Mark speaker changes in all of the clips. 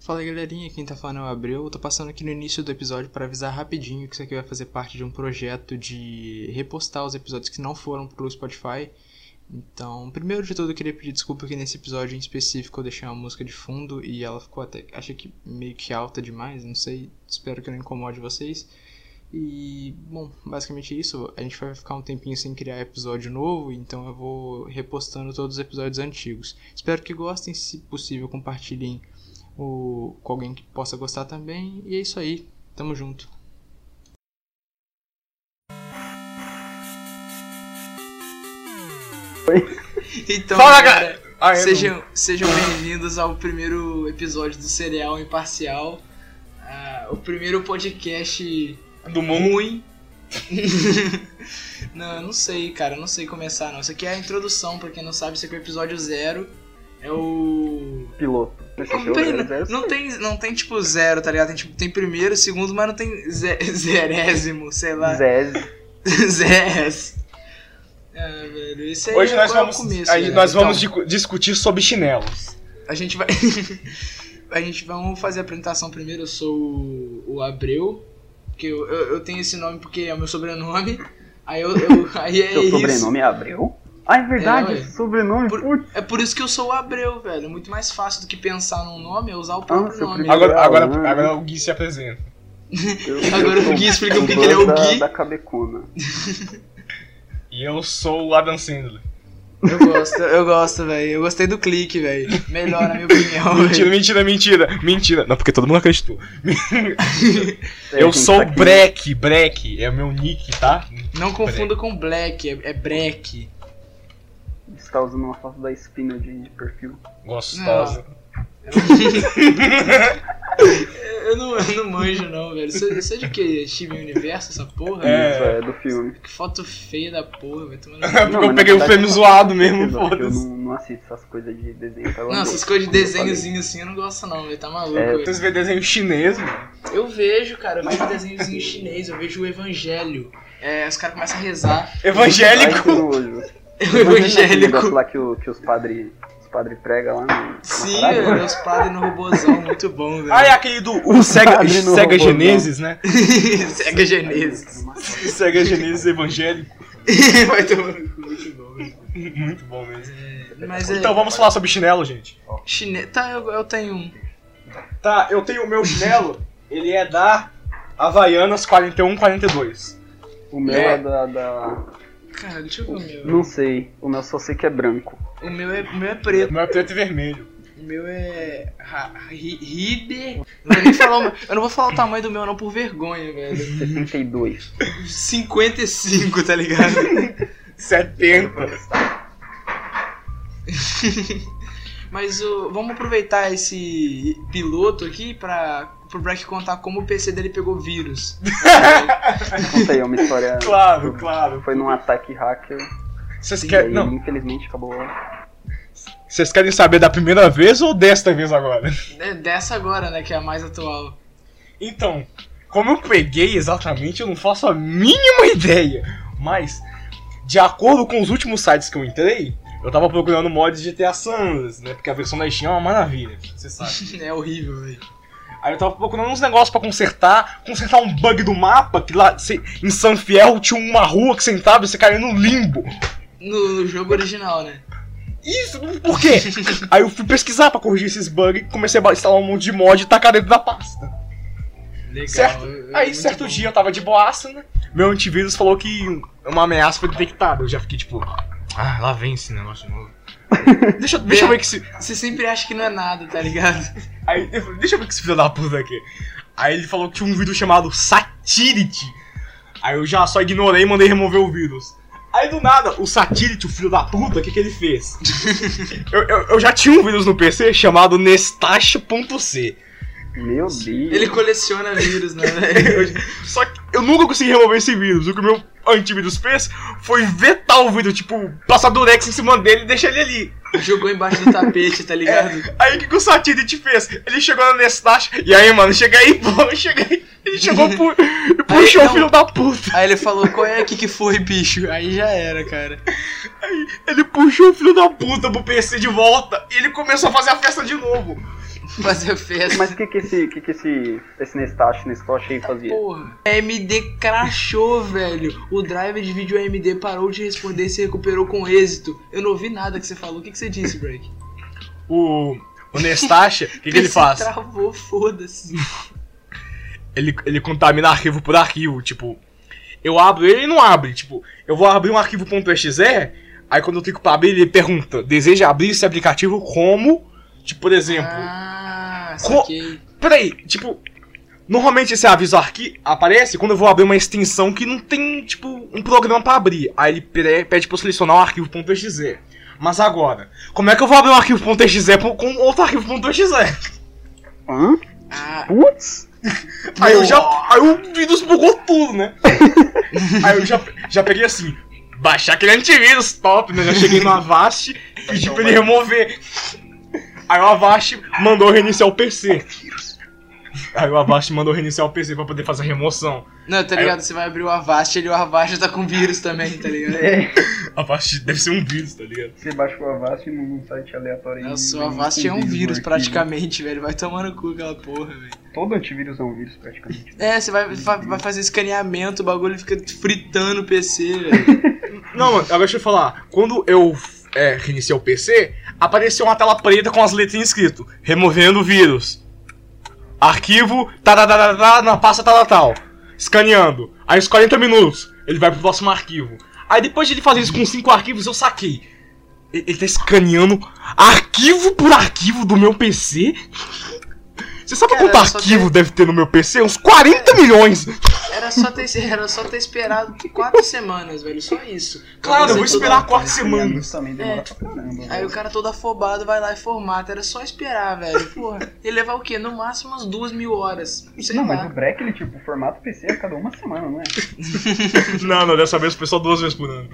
Speaker 1: Fala aí, galerinha, quem tá falando é o Abreu. Eu tô passando aqui no início do episódio para avisar rapidinho que isso aqui vai fazer parte de um projeto de repostar os episódios que não foram pro Spotify. Então, primeiro de tudo, eu queria pedir desculpa que nesse episódio em específico eu deixei uma música de fundo e ela ficou até. achei que meio que alta demais, não sei, espero que eu não incomode vocês. E, bom, basicamente é isso. A gente vai ficar um tempinho sem criar episódio novo, então eu vou repostando todos os episódios antigos. Espero que gostem, se possível, compartilhem o... com alguém que possa gostar também. E é isso aí, tamo junto. Então,
Speaker 2: Fala, galera! Ah, eu
Speaker 1: Sejam, sejam bem-vindos ao primeiro episódio do Cereal Imparcial. Ah, o primeiro podcast
Speaker 2: não- Do mundo.
Speaker 1: ruim. não, eu não sei, cara. Eu não sei começar, não. Isso aqui é a introdução, pra quem não sabe, isso aqui é o episódio zero. É o.
Speaker 3: piloto. né? Esse
Speaker 1: Não
Speaker 3: show
Speaker 1: tem,
Speaker 3: era zero.
Speaker 1: não, tem, não tem tipo zero, tá ligado? Tem, tipo, tem primeiro, segundo, mas não tem ze- zerésimo, sei lá.
Speaker 3: Zez.
Speaker 1: Zés. Ah, velho, isso aí
Speaker 2: Hoje
Speaker 1: é
Speaker 2: nós
Speaker 1: qual é o
Speaker 2: vamos,
Speaker 1: começo,
Speaker 2: aí
Speaker 1: velho.
Speaker 2: nós
Speaker 1: Então,
Speaker 2: vamos dicu- discutir sobre chinelos.
Speaker 1: A gente vai. a gente vamos fazer a apresentação primeiro. Eu sou o, o Abreu. Que eu, eu, eu tenho esse nome porque é o meu sobrenome. Aí eu. eu- aí é
Speaker 3: Seu
Speaker 1: isso.
Speaker 3: sobrenome é Abreu? Ah, é verdade,
Speaker 1: É, ué.
Speaker 3: sobrenome.
Speaker 1: Por-
Speaker 3: Putz,
Speaker 1: É por isso que eu sou o Abreu, velho. É muito mais fácil do que pensar num nome é usar o
Speaker 3: Ah,
Speaker 1: próprio
Speaker 3: seu
Speaker 1: nome.
Speaker 3: primeiro-
Speaker 2: Agora, agora,
Speaker 3: Legal, né?
Speaker 2: agora o Gui se apresenta.
Speaker 3: eu-
Speaker 1: Agora
Speaker 3: eu
Speaker 1: o Gui explica
Speaker 3: sou
Speaker 1: porque que ele é o
Speaker 3: fã da-
Speaker 1: Gui.
Speaker 3: Da Cabecona.
Speaker 2: E eu sou o Adam Sandler.
Speaker 1: Eu gosto, eu gosto, velho. Eu gostei do clique, velho. Melhor, na minha opinião,
Speaker 2: Mentira,
Speaker 1: velho.
Speaker 2: mentira, mentira. Mentira. Não, porque todo mundo acreditou.
Speaker 3: É,
Speaker 2: eu
Speaker 3: quem
Speaker 2: sou o
Speaker 3: tá aqui?
Speaker 2: Breck. Breck é o meu nick, tá?
Speaker 1: Não confunda com Black, é, é Breck.
Speaker 3: Você tá usando uma foto da espina de, de perfil.
Speaker 2: Gostosa.
Speaker 1: Eu não, eu não manjo, não, velho. Você você é de que? Steven Universo, essa porra?
Speaker 2: É.
Speaker 3: Isso, é do filme.
Speaker 1: Que foto feia da porra, vai tomar
Speaker 2: É
Speaker 1: no
Speaker 2: porque
Speaker 3: mas
Speaker 2: eu
Speaker 3: na
Speaker 2: peguei o
Speaker 3: verdade
Speaker 2: prêmio
Speaker 3: eu-
Speaker 2: zoado mesmo,
Speaker 3: Eu não- Eu
Speaker 2: foda-se.
Speaker 3: não, não assisto essas coisas de desenho. tá? Eu
Speaker 1: Não,
Speaker 3: adoro,
Speaker 1: essas coisas de
Speaker 3: como eu falei.
Speaker 1: desenhozinho assim eu não gosto não, velho. Tá maluco,
Speaker 3: É.
Speaker 1: velho.
Speaker 2: Vocês vê desenho chinês, mano.
Speaker 1: Eu vejo, cara, eu vejo desenhozinho chinês, eu vejo o evangelho. É, os caras começam a rezar.
Speaker 3: Ai, que
Speaker 2: Evangélico.
Speaker 3: nojo.
Speaker 1: É o
Speaker 3: Imagina aquele
Speaker 1: evangélico.
Speaker 3: negócio lá que, o- que os padres os padre pregam lá no.
Speaker 1: Sim,
Speaker 3: Caralho.
Speaker 1: velho, os padres no robozão, muito bom, velho.
Speaker 2: Ah, é aquele do o Sega,
Speaker 3: Abrindo o
Speaker 2: Sega
Speaker 3: robô,
Speaker 2: Genesis, né?
Speaker 1: Cega Genese.
Speaker 2: Sega Genesis evangélico.
Speaker 1: Vai tomar no cu, muito bom, velho.
Speaker 2: Muito bom mesmo.
Speaker 1: Mas é.
Speaker 2: Então vamos falar sobre chinelo, gente.
Speaker 1: Chine... Tá, eu, eu tenho um.
Speaker 2: Tá, eu tenho o meu chinelo, ele é da Havaianas 4142.
Speaker 3: O meu é, da, da-
Speaker 1: Cara, deixa eu ver o meu.
Speaker 3: Não sei. O meu só sei que é branco.
Speaker 1: O meu é, o meu é preto.
Speaker 2: O meu é preto e vermelho.
Speaker 1: O meu é. Ra- Ri- Rider. Não vou nem falar o meu- Eu não vou falar o tamanho do meu, não, por vergonha, velho.
Speaker 3: 62.
Speaker 1: 55, tá ligado?
Speaker 2: 70.
Speaker 1: Mas o- vamos aproveitar esse piloto aqui pra, pro Black contar como o PC dele pegou vírus.
Speaker 3: Conta aí, é uma história.
Speaker 2: Claro, claro.
Speaker 3: Foi num ataque hacker.
Speaker 2: Vocês
Speaker 3: e aí,
Speaker 2: querem, não,
Speaker 3: infelizmente acabou.
Speaker 2: vocês querem saber da primeira vez ou desta vez agora?
Speaker 1: É dessa agora, né, que é a mais atual.
Speaker 2: Então, como eu peguei exatamente, eu não faço a mínima ideia. Mas, de acordo com os últimos sites que eu entrei, eu tava procurando mods de GTA Sanders, né? Porque a versão da Steam é uma maravilha, você sabe.
Speaker 1: É horrível, velho.
Speaker 2: Aí eu tava procurando uns negócios pra consertar, consertar um bug do mapa, que lá cê- em San Fiel tinha uma rua que você entrava e você caía no limbo.
Speaker 1: No, no jogo original, né?
Speaker 2: Isso, por quê? Aí eu fui pesquisar pra corrigir esses bugs, comecei a ba- instalar um monte de mod e tacar dentro da pasta.
Speaker 1: Legal.
Speaker 2: Certo.
Speaker 1: é- é
Speaker 2: Aí
Speaker 1: muito
Speaker 2: certo
Speaker 1: bom.
Speaker 2: dia eu tava de boaça, né? Meu antivírus falou que uma ameaça foi detectada. Eu já fiquei tipo, ah, lá vem esse negócio de novo. deixa, deixa eu ver que se,
Speaker 1: Você sempre acha que não é nada, tá ligado?
Speaker 2: Aí eu falei, deixa eu ver que esse filho da puta aqui. Aí ele falou que tinha um vírus chamado Satirity. Aí eu já só ignorei e mandei remover o vírus. Aí do nada, o Satirity, o filho da puta, o que, que ele fez? eu, eu- eu já tinha um vírus no PC chamado Nestache.c.
Speaker 3: Meu Deus.
Speaker 1: Ele coleciona vírus, né, velho?
Speaker 2: Só que eu nunca consegui remover esse vírus. O que o meu antivírus fez foi vetar o vírus, tipo, passar durex em cima dele e deixar ele ali.
Speaker 1: Jogou embaixo do tapete, tá ligado?
Speaker 2: Aí o que, que o Satirity fez? Ele chegou na Nestache, e aí, mano, chega aí, pô, chega aí. Ele chegou pu- e puxou
Speaker 1: não.
Speaker 2: o filho da puta.
Speaker 1: Aí ele falou, qual é que que foi, bicho? Aí já era, cara.
Speaker 2: Ele puxou o filho da puta pro PC de volta e ele começou a fazer a festa de novo.
Speaker 1: fazer festa.
Speaker 3: Mas o que que esse, que que esse, esse Nestache, Nescoche aí fazia?
Speaker 1: Porra, AMD crashou, velho. O driver de vídeo AMD parou de responder e se recuperou com êxito. Eu não ouvi nada que você falou. O que, que você disse, Break?
Speaker 2: O, o Nestache, o que, que ele
Speaker 1: PC
Speaker 2: faz?
Speaker 1: Travou, foda-se.
Speaker 2: Ele, ele contamina arquivo por arquivo, tipo. Eu abro ele e não abre, tipo, eu vou abrir um arquivo .exe, aí quando eu clico pra abrir ele pergunta, deseja abrir esse aplicativo como? Tipo, por exemplo,
Speaker 1: Ah,
Speaker 2: Co-
Speaker 1: saquei.
Speaker 2: Peraí, tipo, normalmente esse aviso aqui aparece quando eu vou abrir uma extensão que não tem, tipo, um programa pra abrir. Aí ele pre- pede pra eu selecionar o arquivo.exe. Mas agora, como é que eu vou abrir um arquivo.exe po- com outro arquivo.exe?
Speaker 3: Hã?
Speaker 1: Ah,
Speaker 3: Putz!
Speaker 2: Aí eu já. Aí o vírus bugou tudo, né? aí eu já, já peguei assim. Baixar aquele antivírus, top, né? Já cheguei no Avast, pedi pra ele remover. Aí o Avast mandou reiniciar o PC. Aí o Avast mandou reiniciar o PC pra poder fazer a remoção.
Speaker 1: não, tá
Speaker 2: Aí eu-
Speaker 1: ligado? Você vai abrir o Avast, ele o Avast tá com vírus também, tá ligado?
Speaker 3: É,
Speaker 2: Avast deve ser um vírus, tá ligado?
Speaker 3: você baixou a Avast num num site aleatório aí.
Speaker 1: Nossa, o
Speaker 3: vem
Speaker 1: Avast
Speaker 3: com
Speaker 1: é um
Speaker 3: no
Speaker 1: vírus
Speaker 3: arquivo.
Speaker 1: praticamente, velho. Vai tomando no cu aquela porra, velho.
Speaker 3: né? Todo antivírus é um vírus praticamente.
Speaker 1: É, você vai, fa- vai fazer escaneamento, o bagulho fica fritando o PC, velho.
Speaker 2: Não, mano, agora deixa eu falar. Quando eu é, reiniciei o PC, apareceu uma tela preta com as letrinhas escrito: removendo o vírus. Arquivo, tá, tarararará, na pasta tal, tal, tal. Escaneando. Aí uns 40 minutos, ele vai pro próximo arquivo. Aí depois de ele fazer isso com cinco arquivos, eu saquei. E- Ele tá escaneando arquivo por arquivo do meu PC? Você sabe
Speaker 1: Cara,
Speaker 2: quanto
Speaker 1: só
Speaker 2: arquivo deve ter no meu PC? Uns 40 milhões!
Speaker 1: Era só ter, era só ter esperado quatro semanas, velho. Só isso. Pra
Speaker 2: Claro, eu
Speaker 1: você
Speaker 2: vou
Speaker 1: tudo
Speaker 2: esperar
Speaker 1: lá,
Speaker 2: quatro
Speaker 1: cara.
Speaker 2: semanas.
Speaker 3: Isso é um também demora pra caramba.
Speaker 1: É. Aí
Speaker 3: velho.
Speaker 1: o cara todo afobado vai lá e formata. Era só esperar, velho. Porra. Ele levar o quê? No máximo umas duas mil horas. Sei
Speaker 3: Não,
Speaker 1: lá.
Speaker 3: mas o Breck, ele tipo, formato PC a cada uma semana, não é?
Speaker 2: não, não, dessa vez foi só duas vezes por ano.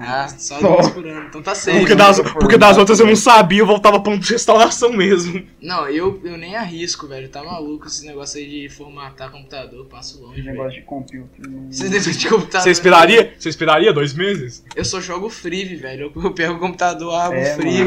Speaker 1: Ah, só
Speaker 3: Só.
Speaker 1: duas por ano. Então tá certo.
Speaker 2: Porque
Speaker 3: Sim,
Speaker 2: das,
Speaker 3: nunca foi.
Speaker 2: porque das outras eu não sabia, eu voltava pra um de restauração mesmo.
Speaker 1: Não, eu, eu nem arrisco, velho. Tá maluco esse negócio aí de formatar computador. Passo longe,
Speaker 3: Esse
Speaker 1: velho.
Speaker 3: negócio de computer. não-
Speaker 1: Esse negócio de computador.
Speaker 2: Você esperaria? Você esperaria dois meses?
Speaker 1: Eu só jogo Free, velho. Eu, eu pego o computador, abro
Speaker 3: É,
Speaker 1: Free.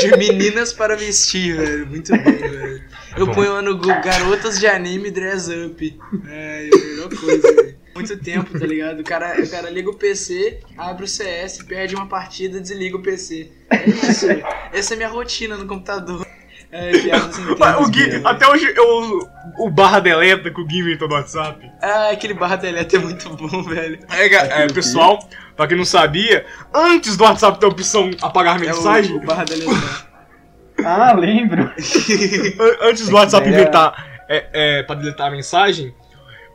Speaker 1: De meninas para vestir, velho. Muito bem, velho. Eu
Speaker 2: É Bom.
Speaker 1: ponho lá no Google garotas de anime dress up. É, é a melhor coisa, velho. Muito tempo, tá ligado? O cara, o cara liga o PC, abre o CS, perde uma partida, desliga o PC. É isso, velho. Essa é minha rotina no computador. É, piadas internas, né,
Speaker 2: o Gui,
Speaker 1: velho.
Speaker 2: até hoje eu uso o barra deleta que o Gui inventou no WhatsApp.
Speaker 1: Ah, aquele barra deleta é muito bom, velho.
Speaker 2: É, ga- é, pessoal, pra quem não sabia, antes do WhatsApp ter a opção apagar
Speaker 1: É
Speaker 2: mensagem,
Speaker 1: o, o barra deleta.
Speaker 3: Ah, lembro!
Speaker 2: an- antes do WhatsApp
Speaker 3: É.
Speaker 2: inventar é, é, pra deletar a mensagem,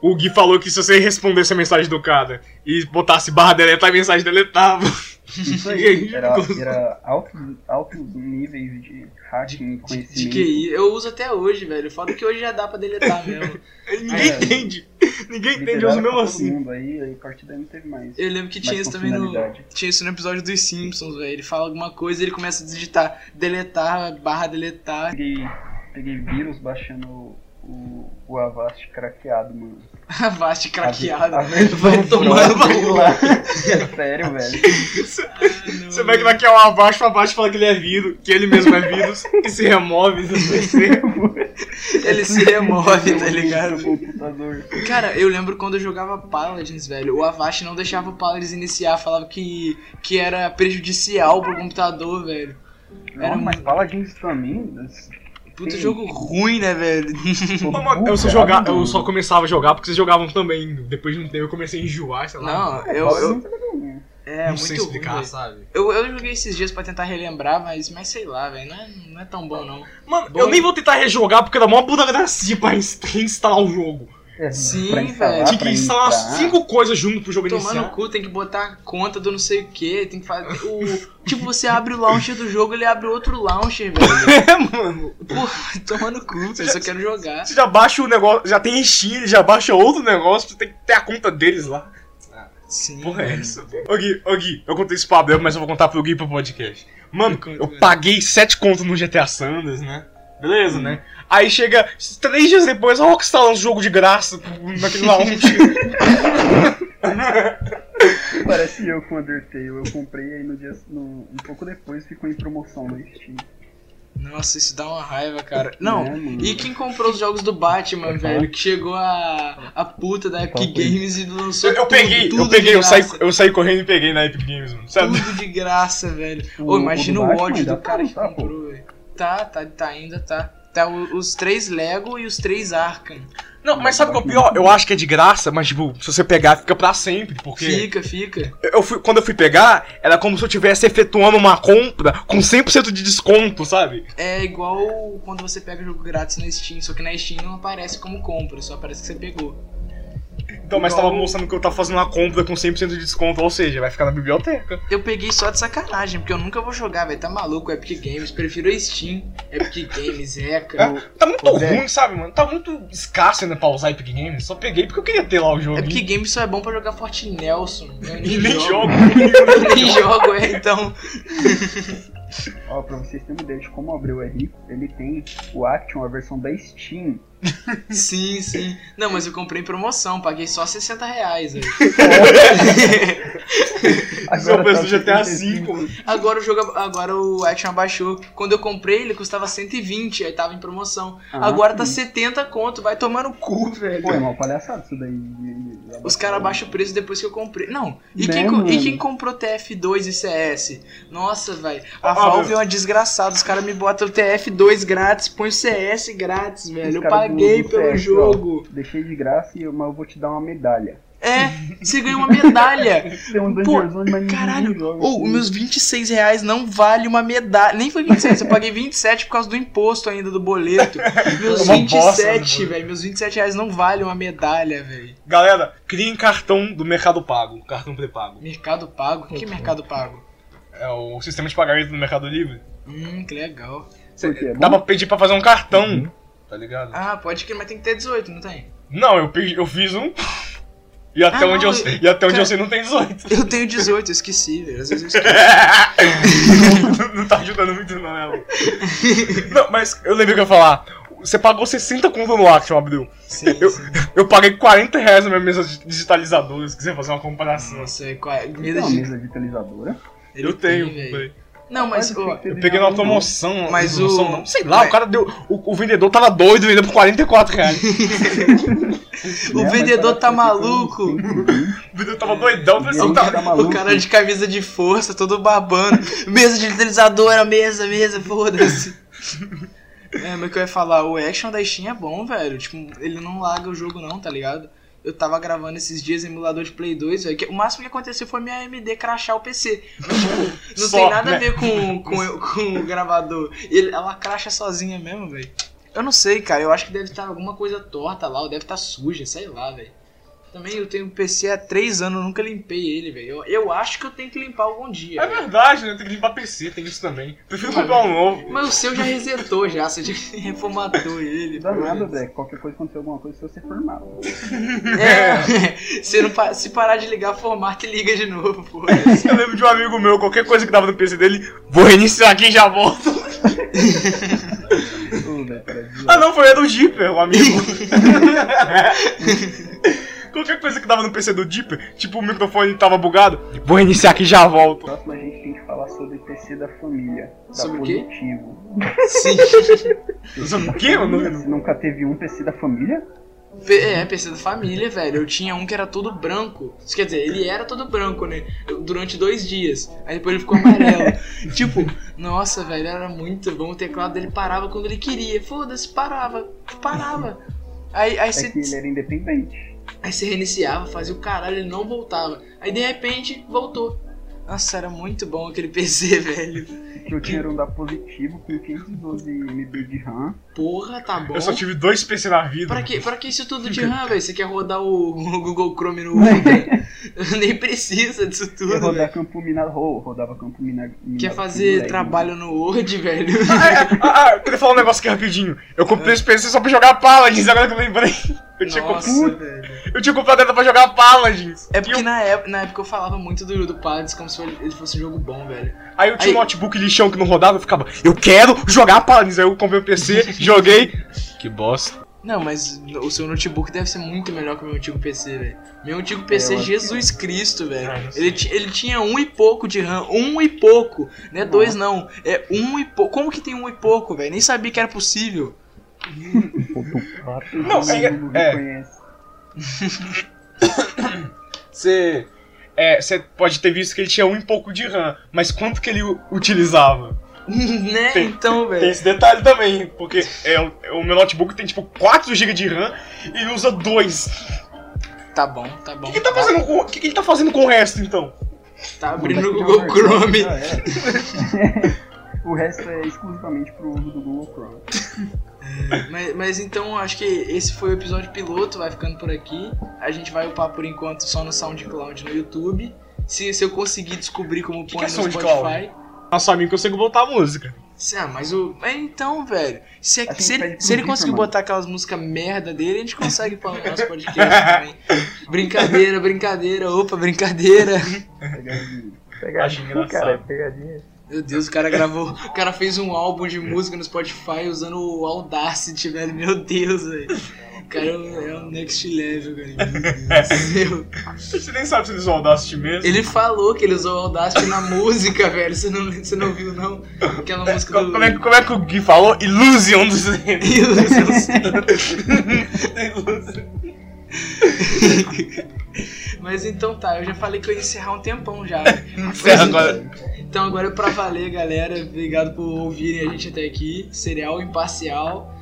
Speaker 2: o Gui falou que se você respondesse a mensagem do cara e botasse barra deleta, a mensagem deletava.
Speaker 3: Isso
Speaker 2: aí.
Speaker 3: aí. Era, era altos, altos níveis de hacking e
Speaker 1: De,
Speaker 3: conhecimento.
Speaker 1: de QI. Eu uso até hoje, velho. Foda que hoje já dá pra deletar mesmo.
Speaker 2: Ninguém
Speaker 3: É.
Speaker 2: entende. Ninguém entende, eu
Speaker 3: Liberaram
Speaker 2: uso mesmo
Speaker 3: pra todo
Speaker 2: assim.
Speaker 3: Mundo, aí, aí a partir daí não teve mais.
Speaker 1: Eu lembro que
Speaker 3: Mas
Speaker 1: tinha isso
Speaker 3: com
Speaker 1: também no.
Speaker 3: finalidade.
Speaker 1: Tinha isso no episódio dos Simpsons, velho. Ele fala alguma coisa e ele começa a digitar deletar, barra deletar.
Speaker 3: Peguei, peguei vírus baixando o, o, o Avast craqueado, mano.
Speaker 1: Avast
Speaker 3: A
Speaker 1: craqueado.
Speaker 3: ve- a versão
Speaker 1: Vai tomar
Speaker 3: pro- sei lá. É sério, velho.
Speaker 2: Você vai que daqui a um abaixo pra baixo fala que ele é vírus, que ele mesmo é vírus, e se remove do PC.
Speaker 1: Ele se remove, tá ligado?
Speaker 3: Meu um computador.
Speaker 1: Cara, eu lembro quando eu jogava Paladins, velho. O Avast não deixava o Paladins iniciar, falava que, que era prejudicial pro computador, velho. Era
Speaker 3: Não,
Speaker 1: um-
Speaker 3: mas Paladins pra mim. das-
Speaker 1: Puta
Speaker 3: Sim.
Speaker 1: jogo ruim, né, velho?
Speaker 2: Ô, mano, eu só, jogar, eu só começava a jogar porque vocês jogavam também. Depois de um tempo eu comecei a enjoar, sei lá.
Speaker 1: Não, eu.
Speaker 3: Paladins
Speaker 1: eu-
Speaker 3: não tem nenhum.
Speaker 1: é,
Speaker 2: não
Speaker 1: muito
Speaker 2: sei
Speaker 1: ruim,
Speaker 2: explicar,
Speaker 1: velho.
Speaker 2: sabe?
Speaker 1: eu, eu joguei esses dias pra tentar relembrar, mas, mas sei lá, velho. Não é, não é tão bom, não.
Speaker 2: Mano,
Speaker 1: Bom.
Speaker 2: eu nem vou tentar rejogar porque era mó burocracia pra ins- reinstalar o jogo.
Speaker 3: É,
Speaker 1: Sim,
Speaker 3: pra instalar,
Speaker 1: velho.
Speaker 2: Tinha que
Speaker 3: pra
Speaker 2: instalar
Speaker 3: entrar.
Speaker 2: cinco coisas junto pro jogo
Speaker 1: Tomar no
Speaker 2: iniciar.
Speaker 1: cu, tem que botar a conta do não sei o que, tem que fazer. O, tipo, você abre o launcher do jogo, ele abre outro launcher, velho.
Speaker 2: É, mano.
Speaker 1: Porra, toma no cu, eu só quero jogar.
Speaker 2: Você já baixa o negócio, já tem Steam, ele já baixa outro negócio, você tem que ter a conta deles lá.
Speaker 1: Sim.
Speaker 2: porra é essa? Ô Gui, ô Gui, eu contei isso pro Abel, mas eu vou contar pro Gui pro podcast. Mano,
Speaker 1: Conta,
Speaker 2: eu
Speaker 1: velho.
Speaker 2: paguei 7 conto no GTA Sanders, né? Beleza, né? Aí chega três dias depois a Rockstar lança um jogo de graça naquele um launch.
Speaker 3: Parece eu com Undertale. Eu comprei aí no dia. No, um pouco depois ficou em promoção no Steam.
Speaker 1: Nossa, isso dá uma raiva, cara. Não,
Speaker 3: Né, mano?
Speaker 1: e quem comprou os jogos do Batman, velho? Que chegou a, a puta da Epic
Speaker 3: Fala pra ele.
Speaker 1: Games e lançou
Speaker 2: Eu, eu
Speaker 1: tudo,
Speaker 2: peguei,
Speaker 1: tudo
Speaker 2: eu peguei,
Speaker 1: de
Speaker 2: eu saí,
Speaker 1: graça.
Speaker 2: eu saí correndo e peguei na Epic Games, mano. Sabe?
Speaker 1: Tudo de graça, velho.
Speaker 3: Tipo, O-
Speaker 1: Ô, imagina
Speaker 3: o
Speaker 1: o,
Speaker 3: do Batman
Speaker 1: ódio
Speaker 3: ainda
Speaker 1: do cara que
Speaker 3: tá, pô.
Speaker 1: comprou, velho. Tá, tá, tá, ainda tá. Tá o- os três Lego e os três Arkham.
Speaker 2: Não, mas sabe o que é o pior? Eu acho que é de graça, mas tipo, se você pegar, fica pra sempre, porque
Speaker 1: Fica, fica.
Speaker 2: eu fui, quando eu fui pegar, era como se eu estivesse efetuando uma compra com 100% de desconto, sabe?
Speaker 1: É igual quando você pega jogo grátis na Steam, só que na Steam não aparece como compra, só aparece que você pegou.
Speaker 2: Então, mas tava mostrando que eu tava fazendo uma compra com 100% de desconto, ou seja, vai ficar na biblioteca.
Speaker 1: Eu peguei só de sacanagem, porque eu nunca vou jogar, velho. Tá maluco? Epic Games, prefiro a Steam. Epic Games, Eca.
Speaker 2: Tá muito
Speaker 1: Ô, Zé.
Speaker 2: ruim, sabe, mano? Tá muito escasso ainda pra usar Epic Games. Só peguei porque eu queria ter lá o jogo.
Speaker 1: Epic Games só é bom pra jogar Forte Nelson. Eu
Speaker 2: E nem jogo.
Speaker 1: Eu nem jogo, é, então.
Speaker 3: Ó, pra vocês terem uma ideia de como o Abreu é rico, ele tem o Action, a versão da Steam.
Speaker 1: Sim, sim. Não, mas eu comprei em promoção, paguei só 60 reais. velho.
Speaker 2: Só
Speaker 3: tá
Speaker 2: penso no GTA
Speaker 3: 35.
Speaker 2: V.
Speaker 1: Agora o jogo. Agora o Action abaixou. Quando eu comprei, ele custava 120, aí tava em promoção.
Speaker 3: Ah,
Speaker 1: agora tá
Speaker 3: sim.
Speaker 1: 70 conto, vai tomar no cu, velho.
Speaker 3: Pô, é uma palhaçada isso daí. de- de- de-
Speaker 1: Os caras abaixam o preço depois que eu comprei. Não, e,
Speaker 3: Né,
Speaker 1: quem, co- e
Speaker 3: mano?
Speaker 1: quem comprou TF2 e CS? Nossa, velho. A
Speaker 2: Ah,
Speaker 1: Valve
Speaker 2: meu.
Speaker 1: é uma desgraçada. Os caras me botam o TF2 grátis, põe o CS grátis, velho. Eu
Speaker 3: caras do-
Speaker 1: paguei
Speaker 3: do
Speaker 1: pelo
Speaker 3: CS, ó.
Speaker 1: jogo.
Speaker 3: Deixei de graça, e eu- mas eu vou te dar uma medalha.
Speaker 1: É, você ganhou uma medalha.
Speaker 3: Tem um Danger Zone, mas ninguém
Speaker 1: Caralho,
Speaker 3: joga.
Speaker 1: ou os meus 26 reais não vale uma medalha. Nem foi 26, eu paguei 27 por causa do imposto ainda do boleto. Meus
Speaker 2: É Uma bosta,
Speaker 1: 27,
Speaker 2: né,
Speaker 1: velho. Meus 27 reais não vale uma medalha, velho.
Speaker 2: Galera, criem cartão do Mercado Pago, cartão pré-pago.
Speaker 1: Mercado Pago? Que mercado pago?
Speaker 2: É o sistema de pagamento do Mercado Livre.
Speaker 1: Hum, que legal.
Speaker 3: Por quê? É
Speaker 2: Dá
Speaker 3: bom?
Speaker 2: pra pedir pra fazer um cartão, tá ligado?
Speaker 1: Ah, pode crer, mas tem que ter 18, não tem?
Speaker 2: Não, eu, pe- eu fiz um. E até,
Speaker 1: Ah,
Speaker 2: onde,
Speaker 1: não,
Speaker 2: eu, sei- e até onde
Speaker 1: cara-
Speaker 2: eu sei não tem 18.
Speaker 1: Eu tenho 18, eu esqueci, velho. Às vezes eu esqueço.
Speaker 2: não, não tá ajudando muito, não, né, Lu? Não, mas eu lembrei o que eu ia falar. Você pagou 60 conto no Action, Abdul.
Speaker 1: Sim,
Speaker 2: Eu-
Speaker 1: sim.
Speaker 2: Eu paguei 40 reais na minha mesa de- digitalizadora, se quiser fazer uma comparação.
Speaker 1: Nossa, é qua-
Speaker 3: Tem
Speaker 1: medo
Speaker 3: uma
Speaker 1: de-
Speaker 3: mesa digitalizadora.
Speaker 1: Ele
Speaker 2: Eu tenho.
Speaker 1: tem, velho.
Speaker 2: velho.
Speaker 1: Não, mas,
Speaker 3: Quase
Speaker 1: ó,
Speaker 3: que tem
Speaker 2: Eu
Speaker 3: que
Speaker 2: peguei
Speaker 3: ter
Speaker 2: numa
Speaker 3: um-
Speaker 2: promoção.
Speaker 1: Mas
Speaker 2: uma promoção,
Speaker 1: o-
Speaker 2: não. Sei lá,
Speaker 1: mas-
Speaker 2: o cara deu. O, o vendedor tava doido vendendo por 44 reais.
Speaker 1: o
Speaker 3: né, mas
Speaker 1: vendedor
Speaker 3: parece
Speaker 1: tá
Speaker 3: que tem uns
Speaker 1: maluco.
Speaker 3: 120.
Speaker 2: o vendedor tava doidão,
Speaker 3: Ele
Speaker 2: pensando.
Speaker 1: O
Speaker 2: Tá...
Speaker 3: tá
Speaker 1: cara,
Speaker 3: maluco.
Speaker 1: o cara de camisa de força, todo babando. mesa de utilizadora, mesa, mesa, foda-se. É, mas o que eu ia falar, o action da Steam é bom, velho. Tipo, ele não laga o jogo não, tá ligado? Eu tava gravando esses dias emulador de Play 2, velho. que O máximo que aconteceu foi minha AMD crachar o PC. Mas, tipo, não
Speaker 2: Só,
Speaker 1: tem nada a
Speaker 2: né?
Speaker 1: ver com, com, com o gravador. Ele- ela cracha sozinha mesmo, velho. Eu não sei, cara. Eu acho que deve estar alguma coisa torta lá, ou deve estar suja, sei lá, velho. Também eu tenho um PC há três anos, eu nunca limpei ele, velho. Eu, eu acho que eu tenho que limpar algum dia.
Speaker 2: É
Speaker 1: velho.
Speaker 2: verdade, né? Tem que limpar PC, tem isso também. Prefiro comprar um novo.
Speaker 1: Mas o seu já resetou já, você já reformatou ele.
Speaker 3: Não dá nada,
Speaker 1: foda-se.
Speaker 3: velho. Qualquer coisa acontecer alguma coisa, se você formar.
Speaker 1: É, se, não pa- se parar de ligar, formata e liga de novo, pô.
Speaker 2: Eu lembro de um amigo meu, qualquer coisa que dava no PC dele, vou reiniciar aqui e já volto.
Speaker 3: Ô, velho, cara,
Speaker 2: Ah não, foi era do Dipper, o amigo. qualquer coisa que dava no PC do Dipper, tipo o microfone tava bugado, vou reiniciar aqui e já volto.
Speaker 3: Próximo a gente tem que falar sobre PC da família. Tá
Speaker 1: Sobre o quê?
Speaker 3: positivo.
Speaker 1: Sim.
Speaker 2: Sabe o quê? Eu não- eu não-
Speaker 3: Você nunca teve um PC da família?
Speaker 1: P- É, PC da família, velho. Eu tinha um que era todo branco. Isso quer dizer, ele era todo branco, né? Durante dois dias. Aí depois ele ficou amarelo. tipo, nossa, velho, era muito bom. O teclado dele parava quando ele queria. Foda-se, parava. Parava. Aí, aí
Speaker 3: É que ele
Speaker 1: você
Speaker 3: era independente.
Speaker 1: aí você reiniciava, fazia o caralho, ele não voltava. Aí de repente, voltou. Nossa, era muito bom aquele PC, velho.
Speaker 3: O que eu tinha era um da positivo com 512 MB de RAM.
Speaker 1: Porra, tá bom.
Speaker 2: Eu só tive dois PC na vida.
Speaker 1: Pra que, pra que isso tudo de RAM, velho? Você quer rodar o, o Google Chrome no Ultra? Nem precisa disso
Speaker 3: Ia
Speaker 1: tudo, velho.
Speaker 3: rodar campo minado. Oh, rodava campo minado.
Speaker 1: né? Quer fazer trabalho no Word, velho?
Speaker 2: Ah, é, ah, ah, eu queria falar um negócio aqui rapidinho. Eu comprei esse PC só pra jogar Paladins, agora que eu lembrei. Eu tinha, comp-
Speaker 1: Nossa, velho.
Speaker 2: eu tinha comprado ela pra jogar Paladins.
Speaker 1: É
Speaker 2: E eu-
Speaker 1: porque na época, na época eu falava muito do, do Paladins como se ele fosse um jogo bom, velho.
Speaker 2: Aí eu tinha
Speaker 1: Aí-
Speaker 2: um notebook lixão que não rodava, eu ficava, eu quero jogar Paladins. Aí eu comprei o PC, joguei. Que bosta.
Speaker 1: Não, mas o seu notebook deve ser muito melhor que o meu antigo PC, velho. Meu antigo
Speaker 2: É,
Speaker 1: PC,
Speaker 3: Eu acho
Speaker 1: Jesus Cristo, velho.
Speaker 2: Ah, não sei.
Speaker 1: Ele, ti- ele tinha um e pouco de RAM. Um e pouco. Não é dois, não. É um e pouco. Como que tem um e pouco, velho? Nem sabia que era possível.
Speaker 2: Não, é-
Speaker 3: Todo mundo
Speaker 2: é.
Speaker 3: conhece.
Speaker 2: Você. É, você pode ter visto que ele tinha um e pouco de RAM, mas quanto que ele u- utilizava?
Speaker 1: né?
Speaker 2: Tem-
Speaker 1: Então,
Speaker 2: Tem
Speaker 1: velho.
Speaker 2: esse detalhe também, porque é, o o meu notebook tem tipo 4 GB de RAM e ele usa 2.
Speaker 1: Tá bom, tá
Speaker 2: O
Speaker 1: bom.
Speaker 2: que, que ele tá fazendo com, o que, que ele tá fazendo com o resto então?
Speaker 1: Tá abrindo o
Speaker 3: Daqui
Speaker 1: Google
Speaker 3: já vai-
Speaker 1: Chrome.
Speaker 2: né?
Speaker 3: já era. o resto é exclusivamente pro uso do Google Chrome.
Speaker 1: Mas, mas então acho que esse foi o episódio piloto, vai ficando por aqui. A gente vai upar por enquanto só no SoundCloud no YouTube. Se, se eu conseguir descobrir como
Speaker 2: que
Speaker 1: põe
Speaker 2: é
Speaker 1: no
Speaker 2: SoundCloud?
Speaker 1: Spotify.
Speaker 2: Nosso amigo consegue botar a música.
Speaker 1: Se- Ah, mas o. É então, velho. Se,
Speaker 3: gente
Speaker 1: se,
Speaker 3: pede
Speaker 1: ele,
Speaker 3: pro
Speaker 1: se ele
Speaker 3: Vitor,
Speaker 1: conseguir
Speaker 3: mano.
Speaker 1: botar aquelas músicas merda dele, a gente consegue pôr no nosso podcast também. Brincadeira, brincadeira, opa, brincadeira.
Speaker 3: Pegadinha.
Speaker 2: Acho engraçado.
Speaker 3: cara. Pegadinha.
Speaker 1: Meu Deus, o cara gravou. O cara fez um álbum de música no Spotify usando o Audacity, velho. Meu Deus, velho. O cara é o, é o next level, cara. Meu Deus do céu.
Speaker 2: Você nem sabe se eles vão Audacity mesmo.
Speaker 1: Ele falou que ele usou o Audacity na música, velho. Você não, você não viu, não? Aquela música
Speaker 2: Co-
Speaker 1: do.
Speaker 2: Como é, que- como é que o Gui falou? Illusion dos
Speaker 1: Mas então tá, eu já falei que eu ia encerrar um tempão já.
Speaker 2: Encerra agora.
Speaker 1: Então É, agora é pra valer, galera. Obrigado por ouvirem a gente até aqui. Serial imparcial.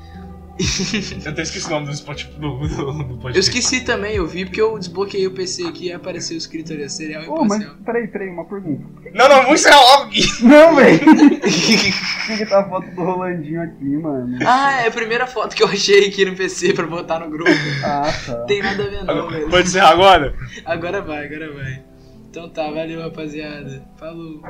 Speaker 2: Eu até esqueci o nome do Spotify do, do, do podcast.
Speaker 1: Eu esqueci também, eu vi, porque eu desbloqueei o PC aqui e apareceu escrito ali, serial
Speaker 3: Ô, mas
Speaker 1: imparcial.
Speaker 3: peraí, peraí, uma pergunta.
Speaker 2: Não, não, vamos encerrar logo, Gui.
Speaker 3: Não, velho! Por que tá a foto do Rolandinho aqui, mano?
Speaker 1: Ah, é a primeira foto que eu achei aqui no PC pra botar no grupo.
Speaker 3: Ah, tá.
Speaker 1: Tem nada a ver não, é velho.
Speaker 2: Pode encerrar agora?
Speaker 1: Agora vai, agora vai. Então tá, valeu rapaziada. Falou.